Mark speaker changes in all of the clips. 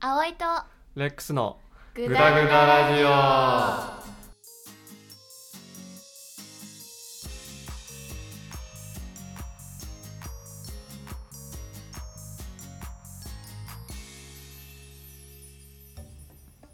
Speaker 1: 葵と
Speaker 2: レックスの
Speaker 1: グ
Speaker 2: グダグダラジオ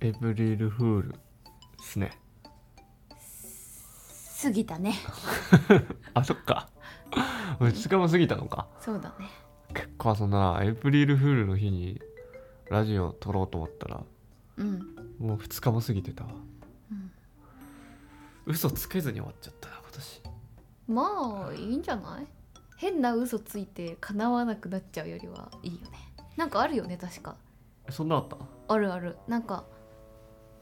Speaker 2: エブリルフールですね
Speaker 1: 過ぎたね
Speaker 2: あそっか2日も過ぎたのか
Speaker 1: そうだね
Speaker 2: 結構そんなエブリルフールの日にラジオ撮ろうと思ったら
Speaker 1: うん
Speaker 2: もう2日も過ぎてたわ、
Speaker 1: ん
Speaker 2: 嘘つけずに終わっちゃったな今年
Speaker 1: まあいいんじゃない変な嘘ついて叶わなくなっちゃうよりはいいよねなんかあるよね確か
Speaker 2: えそんなあった
Speaker 1: あるあるなんか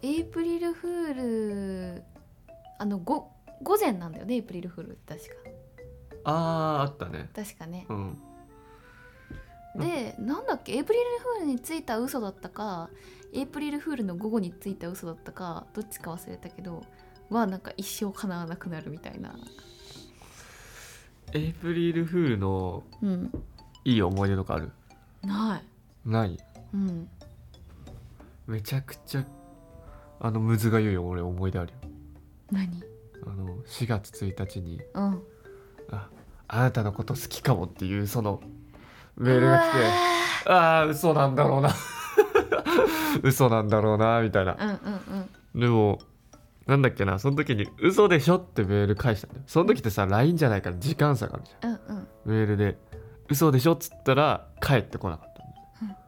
Speaker 1: エイプリルフールあのご午前なんだよねエイプリルフールって確か
Speaker 2: あーあったね
Speaker 1: 確かね
Speaker 2: うん
Speaker 1: でなんだっけエイプリルフールについた嘘だったかエイプリルフールの午後についた嘘だったかどっちか忘れたけどはなんか一生叶わなくなるみたいな
Speaker 2: エイプリルフールの
Speaker 1: うん
Speaker 2: いい思い出とかある
Speaker 1: ない
Speaker 2: ない
Speaker 1: うん
Speaker 2: めちゃくちゃあのむずがゆい俺思い出あるよ
Speaker 1: 何
Speaker 2: あの4月1日に
Speaker 1: うん
Speaker 2: ああなたのこと好きかもっていうそのメールが来てああ嘘なんだろうな 嘘なんだろうなみたいな
Speaker 1: うんうんうん
Speaker 2: でもなんだっけなその時に「嘘でしょ」ってメール返したんだよその時ってさ LINE じゃないから時間差があるじゃ
Speaker 1: うんうん
Speaker 2: んメールで「嘘でしょ」っつったら帰ってこなかったんだよ、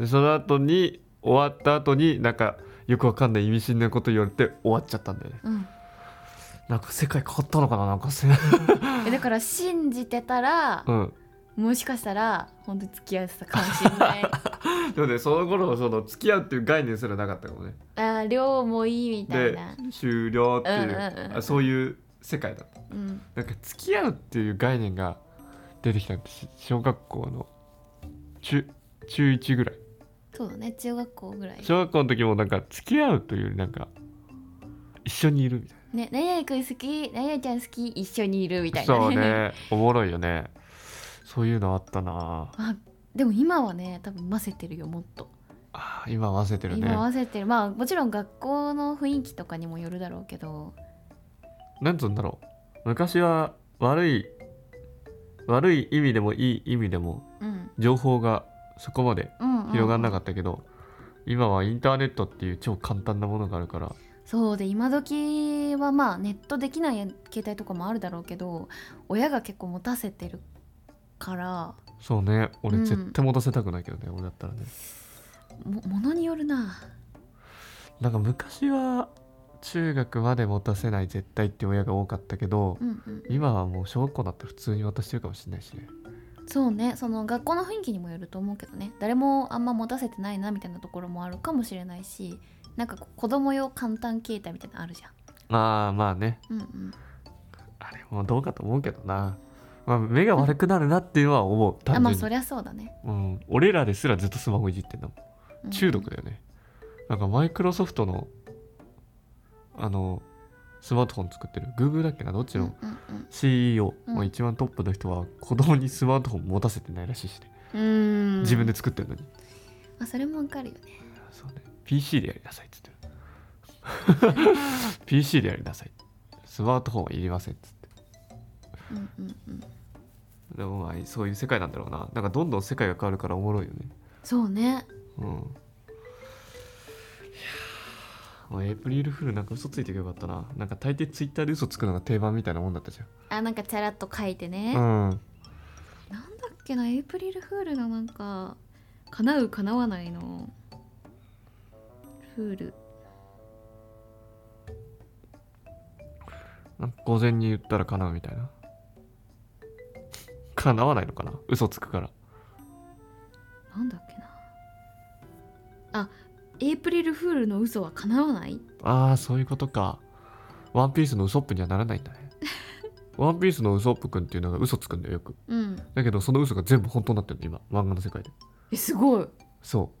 Speaker 2: でその後に終わった後になんかよくわかんない意味深なこと言われて終わっちゃったんだよね
Speaker 1: うん
Speaker 2: なんか世界変わったのかななんかせ
Speaker 1: えだから信じてたら
Speaker 2: うん
Speaker 1: もしかしたら本当に付き合ってたかもしれない
Speaker 2: でもねその頃その付き合うっていう概念すらなかったかもね
Speaker 1: あー量もいいみたい
Speaker 2: で
Speaker 1: な
Speaker 2: 終了っていう,、
Speaker 1: うんうんうん
Speaker 2: あそういう世界だった
Speaker 1: うん
Speaker 2: なんか付き合うっていう概念が出てきたんです小学校の中中1ぐらい
Speaker 1: そうだね中学校ぐらい
Speaker 2: 小学校の時もなんか付き合うというよりなんか一緒にいるみたい
Speaker 1: ね何々くん好き何々ちゃん好き一緒にいるみ
Speaker 2: な
Speaker 1: たいな
Speaker 2: そう ねおもろいよねそういうのあったな
Speaker 1: あでも今はね多分混ぜてるよもっと、
Speaker 2: あー今合わせてるね
Speaker 1: 今混ぜてるまあもちろん学校の雰囲気とかにもよるだろうけど
Speaker 2: なんつうんだろう昔は悪い悪い意味でもいい意味でも
Speaker 1: うん
Speaker 2: 情報がそこまで
Speaker 1: うん、うん、
Speaker 2: 広がんなか
Speaker 1: った
Speaker 2: ったけど、今はインターネットっていう超簡単なものがあるから
Speaker 1: そうで今時はまあネットできない携帯とかもあるだろうけど親が結構持たせてるから
Speaker 2: そうね俺
Speaker 1: うん
Speaker 2: 絶対持たせたくないけどね、俺だったらね
Speaker 1: もものによるな
Speaker 2: なんか昔は中学まで持たせない絶対って親が多かったけど、
Speaker 1: うんうん
Speaker 2: 今はもう小学校だって普通に渡してるかもしれないしね
Speaker 1: そうねその学校の雰囲気にもよると思うけどね誰もあんま持たせてないなみたいなところもあるかもしれないしなんかこう子供用簡単携帯みたいなのあるじ
Speaker 2: まあまあね
Speaker 1: ゃんうんうん
Speaker 2: あれもどうかと思うけどな、まあ、目が悪くなるなっていうのは思う単
Speaker 1: あ
Speaker 2: 純に
Speaker 1: まあそりゃそうだね、
Speaker 2: うん、俺らですらずっとスマホいじってんだも
Speaker 1: う
Speaker 2: ん
Speaker 1: ん
Speaker 2: 中毒だよね、なんかマイクロソフトのあのスマートフォン作ってる Google だっけなどっちの
Speaker 1: うんうん
Speaker 2: CEO、
Speaker 1: うん
Speaker 2: まあ、一番トップの人は子供にスマートフォン持たせてないらしいしね、
Speaker 1: うん、うん
Speaker 2: 自分で作ってるのに
Speaker 1: あそれもわかるよね
Speaker 2: そう、ね、PC でやりなさいっつって る PC でやりなさいスマートフォンはいりませんっつって
Speaker 1: うんうんうん
Speaker 2: でもまあそういう世界なんだろうななんかどんどん世界が変わるからおもろいよね
Speaker 1: そうね
Speaker 2: うんいやーもうエイプリルフールなんか嘘ついてよかったななんか大抵ツイッターで嘘つくのが定番みたいなもんだったじ
Speaker 1: あなんかチャラッと書いてね、
Speaker 2: ゃんうん
Speaker 1: なんだっけなエイプリルフールのなんか叶う叶わないのフール
Speaker 2: なんか午前に言ったら叶うみたいな叶わないのかな嘘つくから
Speaker 1: なんだっけなあエイプリルフールの嘘は叶わない
Speaker 2: ああそういうことかワンピースのウソップにはならないんだねワンピースのウソップくんっていうのが嘘つくんだよよく
Speaker 1: うん
Speaker 2: だけどその嘘が全部本当になってるの今漫画の世界で
Speaker 1: えすごい
Speaker 2: そ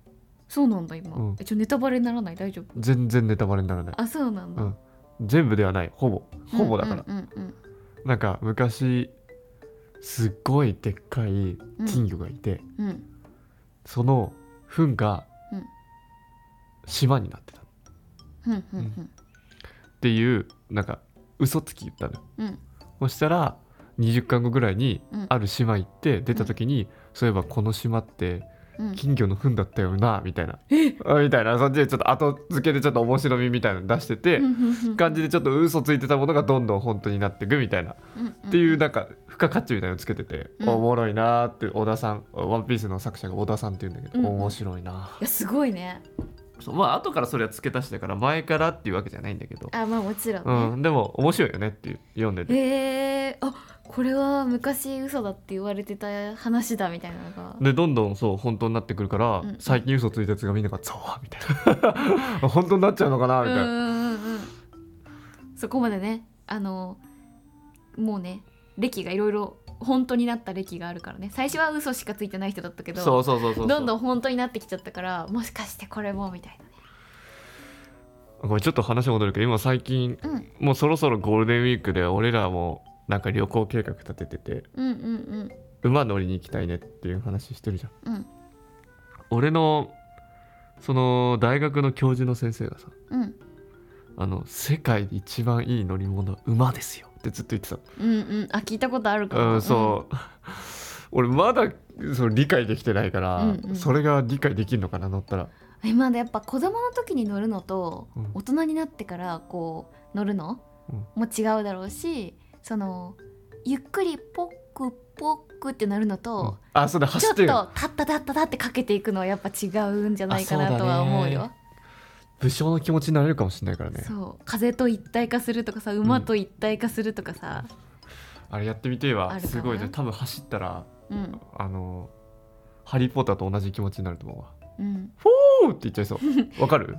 Speaker 1: そうなんだ今、
Speaker 2: うん
Speaker 1: えちょネタバレにならない大丈夫
Speaker 2: う全然ネタバレにならない
Speaker 1: あそうなんだ、
Speaker 2: うん全部ではないほぼほぼだから、
Speaker 1: うんうん
Speaker 2: なんか昔すっごいでっかい
Speaker 1: うんうん
Speaker 2: 金魚がいて、
Speaker 1: うん
Speaker 2: その糞が
Speaker 1: うん
Speaker 2: 島になってたっ
Speaker 1: うんうん
Speaker 2: ていうなんか嘘つき言ったのよ
Speaker 1: うんうん
Speaker 2: そしたら20巻後ぐらいに
Speaker 1: うん
Speaker 2: ある島行って出た時に、そういえばこの島って
Speaker 1: うん
Speaker 2: 金魚の糞だったよなみたいな、あみたいなそっちでちょっと後付けでちょっと面白みみたいなの出してて、
Speaker 1: うん
Speaker 2: 感じでちょっと嘘ついてたものがどんどん本当になっていくみたいな、っていうなんか付加価値みたいなのつけてて、
Speaker 1: うん
Speaker 2: おもろいなーって小田さん「ワンピースの作者が小田さんって言うんだけど、
Speaker 1: うん
Speaker 2: 面白いな
Speaker 1: やすごいね
Speaker 2: そうまあ後からそれは付け足したから前からっていうわけじゃないんだけど、
Speaker 1: あまあもちろんね、
Speaker 2: うん、でも面白いよねっていう読んでて
Speaker 1: えー、あこれは昔嘘だって言われてた話だみたいなのが
Speaker 2: でどんどんそう本当になってくるから、
Speaker 1: うん
Speaker 2: 最近嘘ついたやつがみんなが「ざわ」みたいな 本当になっちゃうのかな
Speaker 1: う
Speaker 2: み
Speaker 1: ん
Speaker 2: た
Speaker 1: う
Speaker 2: いな、
Speaker 1: んうんそこまでねあのもうね歴がいろいろ本当になった歴があるからね最初は嘘しかついてない人だったけど
Speaker 2: そうそうそうそうそう
Speaker 1: どんど
Speaker 2: ん
Speaker 1: ん本当になってきちゃったからもしかしてこれもみたい
Speaker 2: これちょっと話戻るけど今最近
Speaker 1: なね、
Speaker 2: もうそろそろゴールデンウィークで俺らもなんか旅行計画立ててて
Speaker 1: うん、うんうん
Speaker 2: 馬乗りに行きたいねっていう話してるじゃん
Speaker 1: うんうん
Speaker 2: 俺のその大学の教授の先生がさ
Speaker 1: うん
Speaker 2: あの世界で一番いい乗り物は馬ですよってずっと言ってた
Speaker 1: うんうんあ聞いたことあるか
Speaker 2: う
Speaker 1: も
Speaker 2: ん、そう、俺まだその理解できてないから、
Speaker 1: うんうん
Speaker 2: それが理解できるのかな乗ったら
Speaker 1: うん、今までやっぱ子供の時に乗るのと
Speaker 2: うん
Speaker 1: 大人になってからこう乗るの
Speaker 2: うん
Speaker 1: も違うだろうしそのゆっくりポックポックって乗るのと、
Speaker 2: あそうだ
Speaker 1: ち
Speaker 2: 走
Speaker 1: ょ
Speaker 2: っ
Speaker 1: っと
Speaker 2: てる
Speaker 1: タッタタッタタってかけていくのはやっぱ違うんじゃないか
Speaker 2: あそ
Speaker 1: な
Speaker 2: うだね
Speaker 1: とは思うよ。
Speaker 2: 武将の気持ちになれるかもしれないからね
Speaker 1: そう風と一体化するとかさ馬と一体化するとかさ、
Speaker 2: あれやってみて
Speaker 1: あ
Speaker 2: は
Speaker 1: るかな
Speaker 2: すごいね多分走ったら
Speaker 1: うん
Speaker 2: あのハリー・ポッターと同じ気持ちになると思うわ
Speaker 1: うん、
Speaker 2: 「おー!」って言っちゃい そうわかる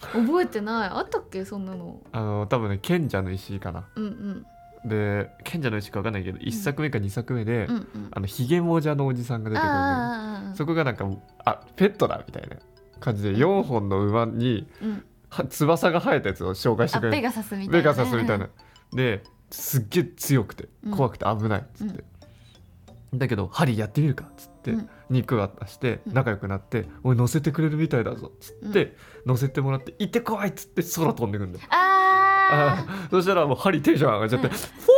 Speaker 1: 覚えてないあったっけそんなの。
Speaker 2: あの多分ね賢者の石かな
Speaker 1: うんうん
Speaker 2: で賢者の石かわかんないけど1作目か2作目で、
Speaker 1: うんうん。
Speaker 2: あのヒゲもじゃのおじさんが出てくるんだよね
Speaker 1: ああ
Speaker 2: そこがなんかあペットだみたいな感じで4本の馬に
Speaker 1: うん、
Speaker 2: は翼が生えたやつを紹介して
Speaker 1: あ
Speaker 2: くれ
Speaker 1: ペ
Speaker 2: る
Speaker 1: ガサスみたいな、
Speaker 2: ベガサスみたいな。ですっげえ強くて
Speaker 1: うん
Speaker 2: 怖くて危ないっつって、だけど「ハリーやってみるか」っつって、
Speaker 1: うん
Speaker 2: 肉渡して
Speaker 1: うん
Speaker 2: 仲良くなって「おい乗せてくれるみたいだぞ」っつって、乗せてもらって「行ってこい!」っつって空飛んでくんだよ。
Speaker 1: ああ
Speaker 2: あーそしたらもうハリーテンション上がっちゃって「
Speaker 1: うん
Speaker 2: フォ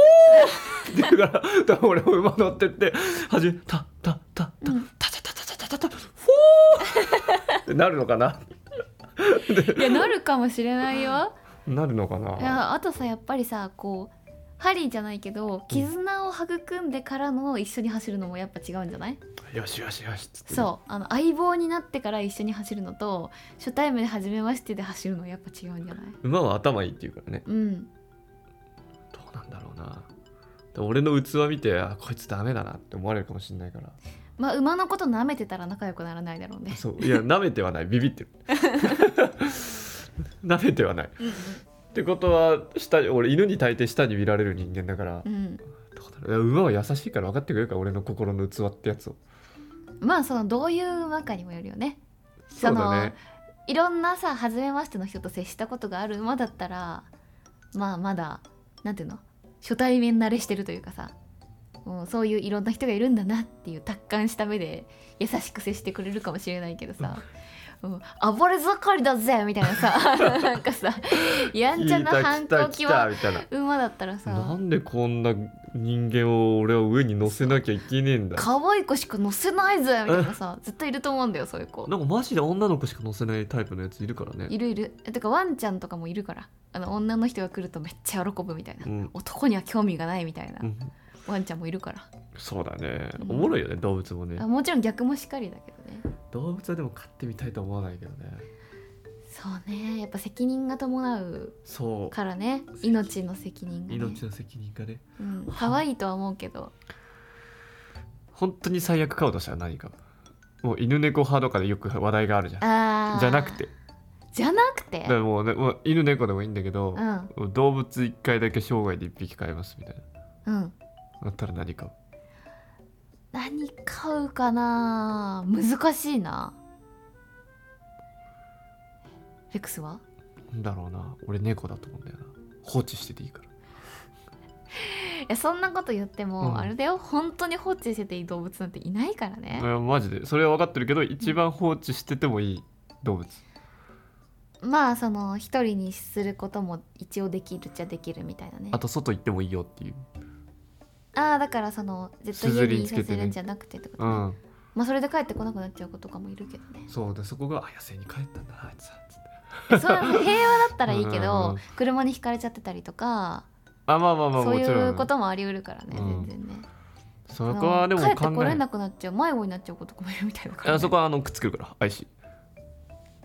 Speaker 2: ー!」って言うから多分俺も馬乗ってってはじめ「タタタタ
Speaker 1: うん
Speaker 2: タタタタタタタフォー!」ってなるのかない
Speaker 1: やなるかもしれない よ。
Speaker 2: なるのかない
Speaker 1: やあとさやっぱりさこうハリーじゃないけど絆を育んでからの一緒に走るのもやっぱ違うんじゃない
Speaker 2: よしよしよしっつってね
Speaker 1: そうあの相棒になってから一緒に走るのと初対面で初めましてで走るのやっぱ違うんじゃない
Speaker 2: 馬は頭いいっていうからね
Speaker 1: うん
Speaker 2: どうなんだろうなで俺の器見てあこいつダメだなって思われるかもしれないから
Speaker 1: まあ馬のこと舐めてたら仲良くならないだろうね
Speaker 2: そういや舐めてはないビビってる舐めてはないってことは下に俺犬に大抵下に見られる人間だから
Speaker 1: う、ん
Speaker 2: どうだろういや馬は優しいから分かってくれるから俺の心の器ってやつを
Speaker 1: まあそのどういう馬かにもよるよね
Speaker 2: そうだね
Speaker 1: いろんなさ初めましての人と接したことがある馬だったらまあまだなんていうの初対面慣れしてるというかさもうそういういろんな人がいるんだなっていう達観した目で優しく接してくれるかもしれないけどさ「うん、暴れ盛りだぜ!」みたいなさ なんかさやんちゃな反抗期
Speaker 2: 来た
Speaker 1: は
Speaker 2: 来たみたい
Speaker 1: 馬だったら
Speaker 2: なな
Speaker 1: さ
Speaker 2: んでこんな人間を俺は上に乗せなきゃいけねえ
Speaker 1: 「
Speaker 2: んだ
Speaker 1: 可愛い子しか乗せないぜ!」みたいなさ絶対いると思うんだよそういう子。
Speaker 2: なんかマジで女の子しか乗せないタイプのやついるからね
Speaker 1: いるいるてかワンちゃんとかもいるからあの女の人が来るとめっちゃ喜ぶみたいな、
Speaker 2: うん
Speaker 1: 男には興味がないみたいな、
Speaker 2: うん
Speaker 1: ワンちゃんもいるから
Speaker 2: そうだね
Speaker 1: うん
Speaker 2: おもろいよね動物もね
Speaker 1: あもちろん逆もしかりだけどね
Speaker 2: 動物はでも飼ってみたいとは思わないけどね
Speaker 1: そうねやっぱ責任が伴う
Speaker 2: そう
Speaker 1: からね命の責任が、ね、
Speaker 2: 命の責任がね
Speaker 1: うん、可愛いとは思うけど
Speaker 2: 本当に最悪飼うとしたら何かもう犬猫派とかでよく話題があ るじゃん
Speaker 1: あー
Speaker 2: じゃなくて
Speaker 1: じゃなくて
Speaker 2: だからもう,、ね、もう犬猫でもいいんだけど
Speaker 1: う、ん
Speaker 2: 動物一回だけ生涯で一匹飼いますみたいな
Speaker 1: うん
Speaker 2: だったら何か
Speaker 1: 何買うかな難しいなレックスは
Speaker 2: なんだろうな俺猫だと思うんだよな放置してていいから
Speaker 1: いやそんなこと言っても、
Speaker 2: うん
Speaker 1: あれだよ本当に放置してていい動物なんていないからね、
Speaker 2: いやマジでそれは分かってるけど一番放置しててもいい動物
Speaker 1: まあその一人にすることも一応できるっちゃできるみたいなね
Speaker 2: あと外行ってもいいよっていう、
Speaker 1: ああだからその絶対
Speaker 2: すず
Speaker 1: 家
Speaker 2: り
Speaker 1: にい
Speaker 2: につ
Speaker 1: さ
Speaker 2: けて
Speaker 1: せ
Speaker 2: ね
Speaker 1: るんじゃなくてってこと
Speaker 2: う
Speaker 1: ね、
Speaker 2: ん、
Speaker 1: まあそれで帰ってこなくなっちゃう子とかもいるけどね
Speaker 2: そうでそこがあ野生に帰ったんだなあいつはつって
Speaker 1: それは平和だったらいいけ
Speaker 2: う
Speaker 1: ど
Speaker 2: ん
Speaker 1: 車にひかれちゃってたりとか
Speaker 2: あまあまあまあ
Speaker 1: そう
Speaker 2: も
Speaker 1: い
Speaker 2: ちろ
Speaker 1: うんこともありうるからね、
Speaker 2: うん
Speaker 1: 全然ね
Speaker 2: そこはでも
Speaker 1: 帰って
Speaker 2: 考
Speaker 1: こ
Speaker 2: え
Speaker 1: れなくなっちゃう迷子になっちゃう子とかもいるみたいだから、ね、
Speaker 2: あそこはあのくっつけるから IC、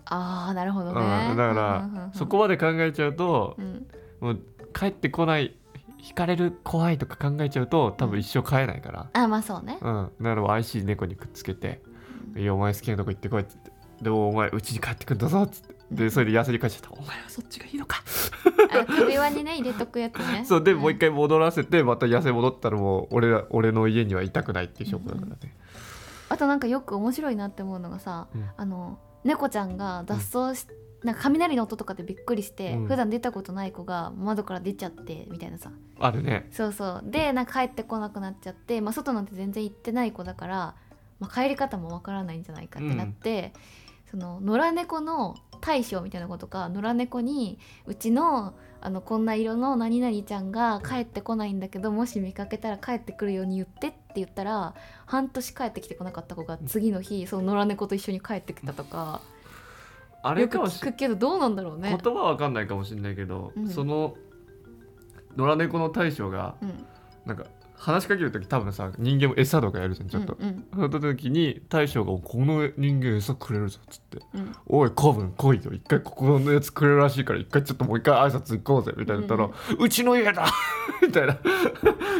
Speaker 1: ああなるほど
Speaker 2: うん、
Speaker 1: ね、
Speaker 2: だから、そこまで考えちゃうと
Speaker 1: う、ん
Speaker 2: もう帰ってこない引かれる怖いとか考えちゃうと多分一生帰れないから、
Speaker 1: あまあそうね、
Speaker 2: うん、だから IC 猫にくっつけて「いやお前好きなとこ行ってこい」っつって「でもお前うちに帰ってくんだぞ」っつってでそれで痩せに帰っちゃった「お前はそっちがいいのか」
Speaker 1: あ首輪にね入れとくやつね
Speaker 2: そうでもう一
Speaker 1: ん
Speaker 2: 回戻らせてまた痩せ戻ったらもう俺ら俺の家にはいたくないっていう証拠だからね、
Speaker 1: あとなんかよく面白いなって思うのがさ、
Speaker 2: うん
Speaker 1: あの猫ちゃんが脱走し、なんか雷の音とかでびっくりして、
Speaker 2: うん
Speaker 1: 普段出たことない子が窓から出ちゃってみたいなさ
Speaker 2: あるね
Speaker 1: そうそうでなんか帰ってこなくなっちゃって、まあ、外なんて全然行ってない子だから、まあ、帰り方もわからないんじゃないかってなって、その野良猫の大将みたいな子とか野良猫にうちのあのこんな色の何々ちゃんが帰ってこないんだけどもし見かけたら帰ってくるように言ってって言ったら半年帰ってきてこなかった子が次の日その野良猫と一緒に帰ってきたとか
Speaker 2: あれ
Speaker 1: よく
Speaker 2: かもし
Speaker 1: 聞くけどどうなんだろうね。
Speaker 2: 言葉わかんないかもしれないけど、
Speaker 1: うん
Speaker 2: その野良猫の大将が
Speaker 1: うん
Speaker 2: なんか話しかける時多分さ人間も餌とかやるじゃんちょっと、
Speaker 1: うんうん
Speaker 2: その時に大将が「この人間餌くれるぞ」っつって
Speaker 1: うん
Speaker 2: 「おい子分来いよ一回ここのやつくれるらしいから一回ちょっともう一回挨拶行こうぜ」みたいな言ったら
Speaker 1: うん
Speaker 2: 「うちの家だ! 」 みた いな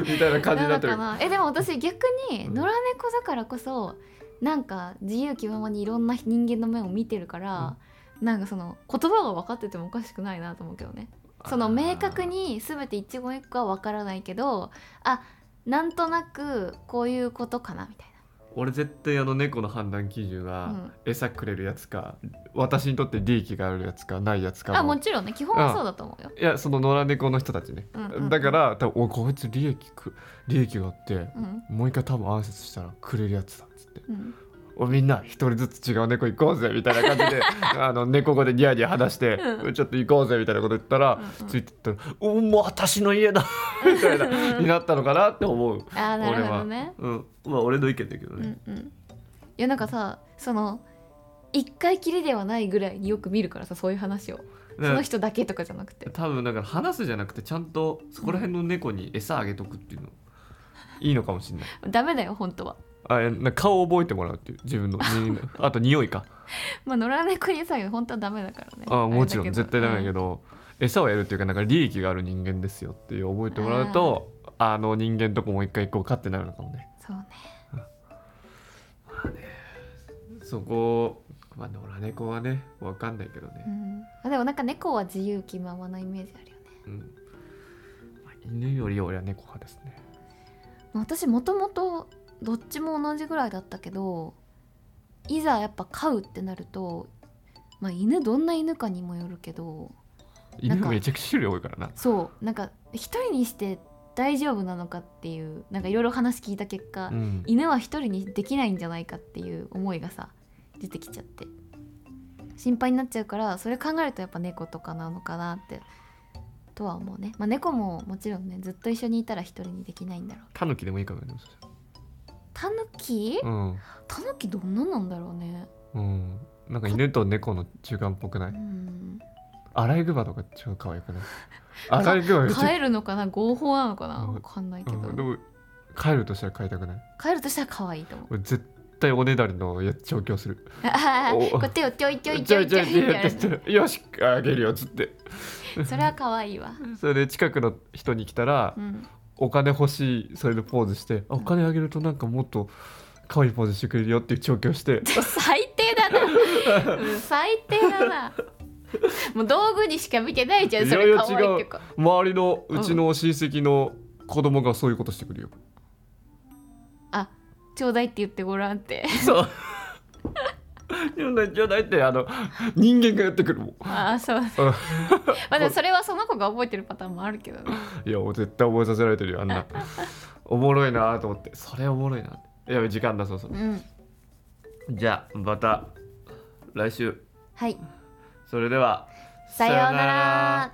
Speaker 2: みたいな感じになってる
Speaker 1: なのかなえでも私逆に
Speaker 2: うん
Speaker 1: 野良猫だからこそなんか自由気ままにいろんな人間の面を見てるから、なんかその言葉が分かっててもおかしくないなと思うけどねその明確に全て一言一句は分からないけどあなんとなくこういうことかなみたい
Speaker 2: 俺絶対あの猫の判断基準は、
Speaker 1: うん
Speaker 2: 餌くれるやつか私にとって利益があるやつかないやつか
Speaker 1: なあ
Speaker 2: の
Speaker 1: もちろんね基本はそうだと思うよ、
Speaker 2: いやその野良猫の人たちね、
Speaker 1: うんうんうん
Speaker 2: だから多分おこいつ利益く利益があって、
Speaker 1: うん
Speaker 2: もう一回多分挨拶したらくれるやつだっつって
Speaker 1: うん、
Speaker 2: おみんな一人ずつ違う猫行こうぜみたいな 感じであの猫語でニヤニヤ話して、
Speaker 1: うん
Speaker 2: ちょっと行こうぜみたいなこと言ったら、
Speaker 1: うんうん
Speaker 2: ついてったら「おもう私の家だ」みたいなになったのかなって思う
Speaker 1: あーなるほどね
Speaker 2: 俺は、うん、まあ俺の意見だけど
Speaker 1: う
Speaker 2: ね、
Speaker 1: んうんいやなんかさその一回きりではないぐらいによく見るからさそういう話をそ
Speaker 2: だか
Speaker 1: の
Speaker 2: ら
Speaker 1: 人だけとかじゃなくて
Speaker 2: 多分だから話すじゃなくてちゃんとそこら辺の猫に餌あげとくっていうの、いいのかもしれない
Speaker 1: ダメだよ本当は
Speaker 2: あえなんか顔を覚えてもらうっていう自分の にあと匂いか
Speaker 1: まあ野良猫にさえ本当はダメだからね
Speaker 2: あもちろん
Speaker 1: れ
Speaker 2: 絶対ダメだけ
Speaker 1: ど
Speaker 2: ど、餌をやるっていうかなんか利益がある人間ですよっていう覚えてもらうとあの人間とこもう一回行こうかってなるのかもね
Speaker 1: うんそうね
Speaker 2: そこまあ野良猫はねわかんないけど
Speaker 1: う
Speaker 2: ね、
Speaker 1: んまあでもなんか猫は自由気ままなイメージあるよね
Speaker 2: うんまあ犬より俺は猫派ですね
Speaker 1: まあ私もともとどっちも同じぐらいだったけどいざやっぱ飼うってなるとまあ犬どんな犬かにもよるけどなん
Speaker 2: 犬
Speaker 1: か
Speaker 2: めちゃくちゃ種類多いからな
Speaker 1: そうなんか一人にして大丈夫なのかっていうなんかいろいろ話聞いた結果、
Speaker 2: うん
Speaker 1: 犬は一人にできないんじゃないかっていう思いがさ出てきちゃって心配になっちゃうからそれ考えるとやっぱ猫とかなのかなってとは思うね、まあ、猫ももちろんねずっと一緒にいたら一人にできないんだろう
Speaker 2: タヌキでもいいかもねそし
Speaker 1: タヌキ
Speaker 2: たらうん
Speaker 1: タヌキどんななんだろうね
Speaker 2: うんなんか犬と猫の中間っぽくな
Speaker 1: う
Speaker 2: い
Speaker 1: ん
Speaker 2: アライグマとか超可愛くないアライグマめっちゃ
Speaker 1: 帰るのかな合法なのかな
Speaker 2: うん
Speaker 1: わかんないけど
Speaker 2: うん、でも帰るとしたら帰りたくない
Speaker 1: 帰るとしたら可愛いと思う
Speaker 2: 俺絶対おねだりのやつ調教する
Speaker 1: あ
Speaker 2: お
Speaker 1: ーこう手をちょいちょいちょいちょいみたい
Speaker 2: やって
Speaker 1: な
Speaker 2: やってよしあげるよっつって
Speaker 1: それは可愛いわ
Speaker 2: それで近くの人に来たら、
Speaker 1: うん
Speaker 2: お金欲しいそれでポーズしてあお金あげるとなんかもっと可愛いポーズしてくれるよっていう調教して
Speaker 1: 最低だな、うん、最低だなもう道具にしか見てないじゃんそ
Speaker 2: い
Speaker 1: れ
Speaker 2: やいや
Speaker 1: 可愛いっていうか
Speaker 2: 周りのうちの親戚の子供がそういうことしてくるよ、
Speaker 1: あちょうだいって言ってごらん って
Speaker 2: そうちょうだいちょうだいってあの人間がやってくるもん
Speaker 1: ああそうまあでもそれはその子が覚えてるパターンもあるけどね
Speaker 2: いやもう絶対覚えさせられてるよあんなおもろいなと思ってそれおもろいなっていや時間だそうそう
Speaker 1: うん
Speaker 2: じゃあまた来週
Speaker 1: はい
Speaker 3: それでは
Speaker 2: さようなら